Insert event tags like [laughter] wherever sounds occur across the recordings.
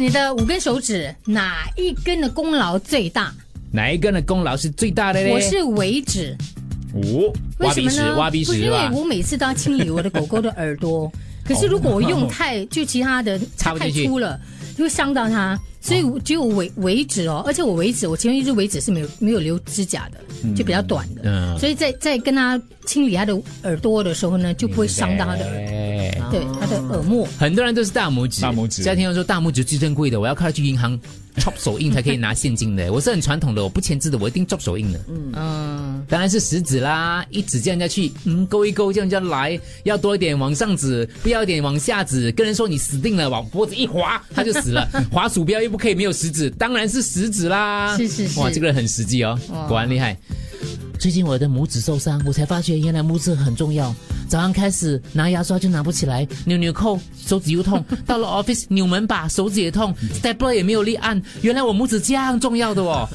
你的五根手指哪一根的功劳最大？哪一根的功劳是最大的呢？我是尾指，五为挖什鼻么屎，呢？挖不鼻是屎因为吧。我每次都要清理我的狗狗的耳 [laughs] 朵，可是如果我用太就其他的插不太进去哦粗了，就会伤到它。所以我只有尾尾指哦，而且我尾指，我其中一只尾指是没有没有留指甲的，就比较短的，嗯所以在在跟它清理它的耳朵的时候呢，就不会伤到它的耳，哎对它的耳膜。很多人都是大拇指，大拇指家庭说大拇指最珍贵的，我要靠它去银行 chop 手印才可以拿现金的。我是很传统的，我不签字的，我一定 chop 手印的。嗯，当然是食指啦，一指叫人家去，嗯，勾一勾叫人家来，要多一点往上指，不要一点往下指。跟人说你死定了，往脖子一滑，他就死了。滑鼠标又不可以没有食指，当然是食指 [laughs] 啦。是是是哇，这个人很实际哦，果然厉害。最近我的拇指受伤，我才发觉原来拇指很重要。早上开始拿牙刷就拿不起来，扭扭扣，手指又痛。 [laughs] 到了 office 扭门把，手指也痛，stepler 也没有力按。原来我拇指这样重要的 [laughs] 哦。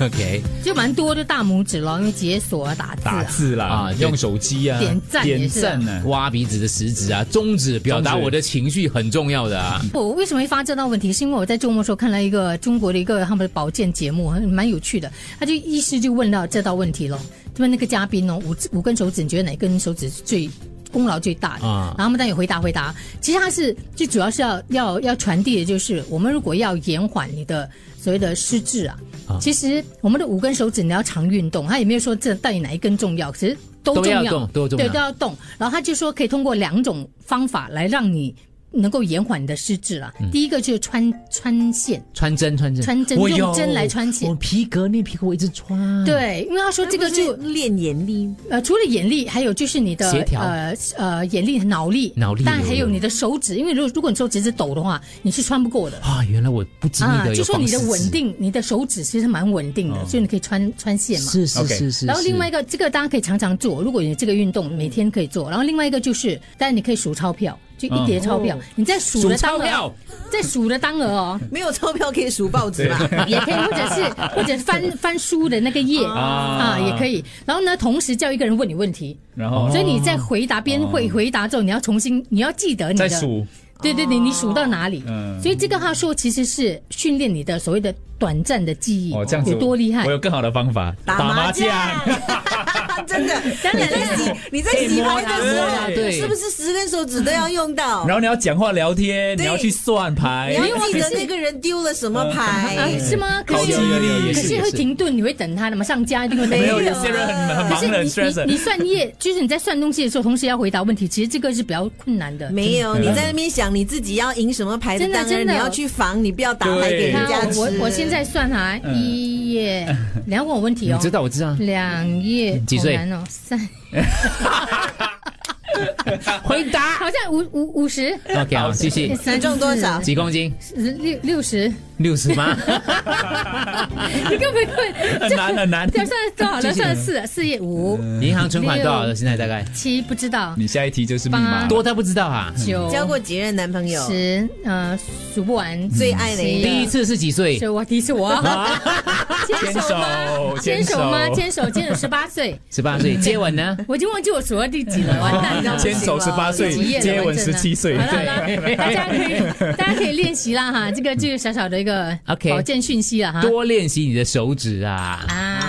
OK。就蛮多的大拇指咯，因为解锁啊、打字打啊。字啦，啊对用手机啊，点赞也点是赞啊，挖鼻子的食指啊，中指表达中指我的情绪很重要的啊。我为什么会发这道问题？是因为我在周末的时候看了一个中国的一个他们的保健节目，还蛮有趣的。他就医师就问到这道问题咯，他们那个嘉宾哦，五指五根手指，你觉得哪根手指是最功劳最大的？啊然后他们但也回答回答，其实他是最主要是要要要传递的就是，我们如果要延缓你的所谓的失智啊，其实我们的五根手指你要常运动，他也没有说这到底哪一根重要，其实都都重要要，动都重要对都要动。然后他就说可以通过两种方法来让你能够延缓你的失智啦。啊嗯第一个就是穿穿线，穿针穿针，穿针我有用针来穿线我皮革那皮革我一直穿。，对，因为他说这个就练眼力，呃，除了眼力，还有就是你的协调呃呃眼力、脑力、脑力但有还有有你的手指，因为如果如果你手指是抖的话，你是穿不过的。啊，原来我不经意的就有说放哦你食的指稳，定，你的手指其实蛮稳定的，所以你可以穿穿线嘛。是是 OK 是是。然后另外一个个，这个大家可以常常做，如果你这个运动每天可以做。然后另外一个就是，但你可以数钞票，就一嗯叠钞哦票，你在数数的当钞额票，，在数的当额 [laughs] 哦，没有钞票可以数报纸吧？也可以，或者是或者是翻翻书的那个页啊也可以。然后呢，同时叫一个人问你问题，然后所以你在回答边会回答之后，你要重新，你要记得你哦再的，数，对对对，你数到哪里？嗯所以这个他说其实是训练你的所谓的短暂的记忆，哦，这样子有多厉害我？有更好的方法，打麻将， [laughs] 真的，当然你在洗你在洗牌的时可以摸它候，对是不是十根手指都要用到然？后你要讲话聊天，你对要去算牌你，哎要可记是得那个人丢了什么啊牌，，是吗？可考是记忆可力是会停顿，你会等他的吗？上家一定会等。没有，没有有些人很很可是忙的很你你 stress，你算页，就是你在算东西的时候，同时要回答问题，其实这个是比较困难的。没有，嗯你在那边想你自己要赢什么牌的真的当真然的你要去防，你不要打牌对给人看家吃。我我现在算哈，一页，你要问我问题哦你，知道我知道，两页，几岁好难哦，三，回答。好像五五五十， OK，好，继续。三你重多少？几公斤？六六十，六十吗？ [laughs] 你根本会很难很难。这算多少了？算四四页五银行存款多少了？现在大概七，不知道你下一题就是密码，八多他不知道啊。九交过几任男朋友？十，呃，数不完。最爱哪十一嗯个？第一次是几岁嗯所？以我第一次我啊 [laughs] 牵牵手手吗？牵手吗？牵牵手，牵手十八岁，十八岁。接吻呢？我已经忘记我数到第几了，完蛋，你知道吗？牵手啊十八岁几页，了接吻完整十了七岁，好了对，好了，大家可以大家可以练习啦哈，这个就是小小的一个 OK 保健讯息了哈。多练习你的手指啊。啊，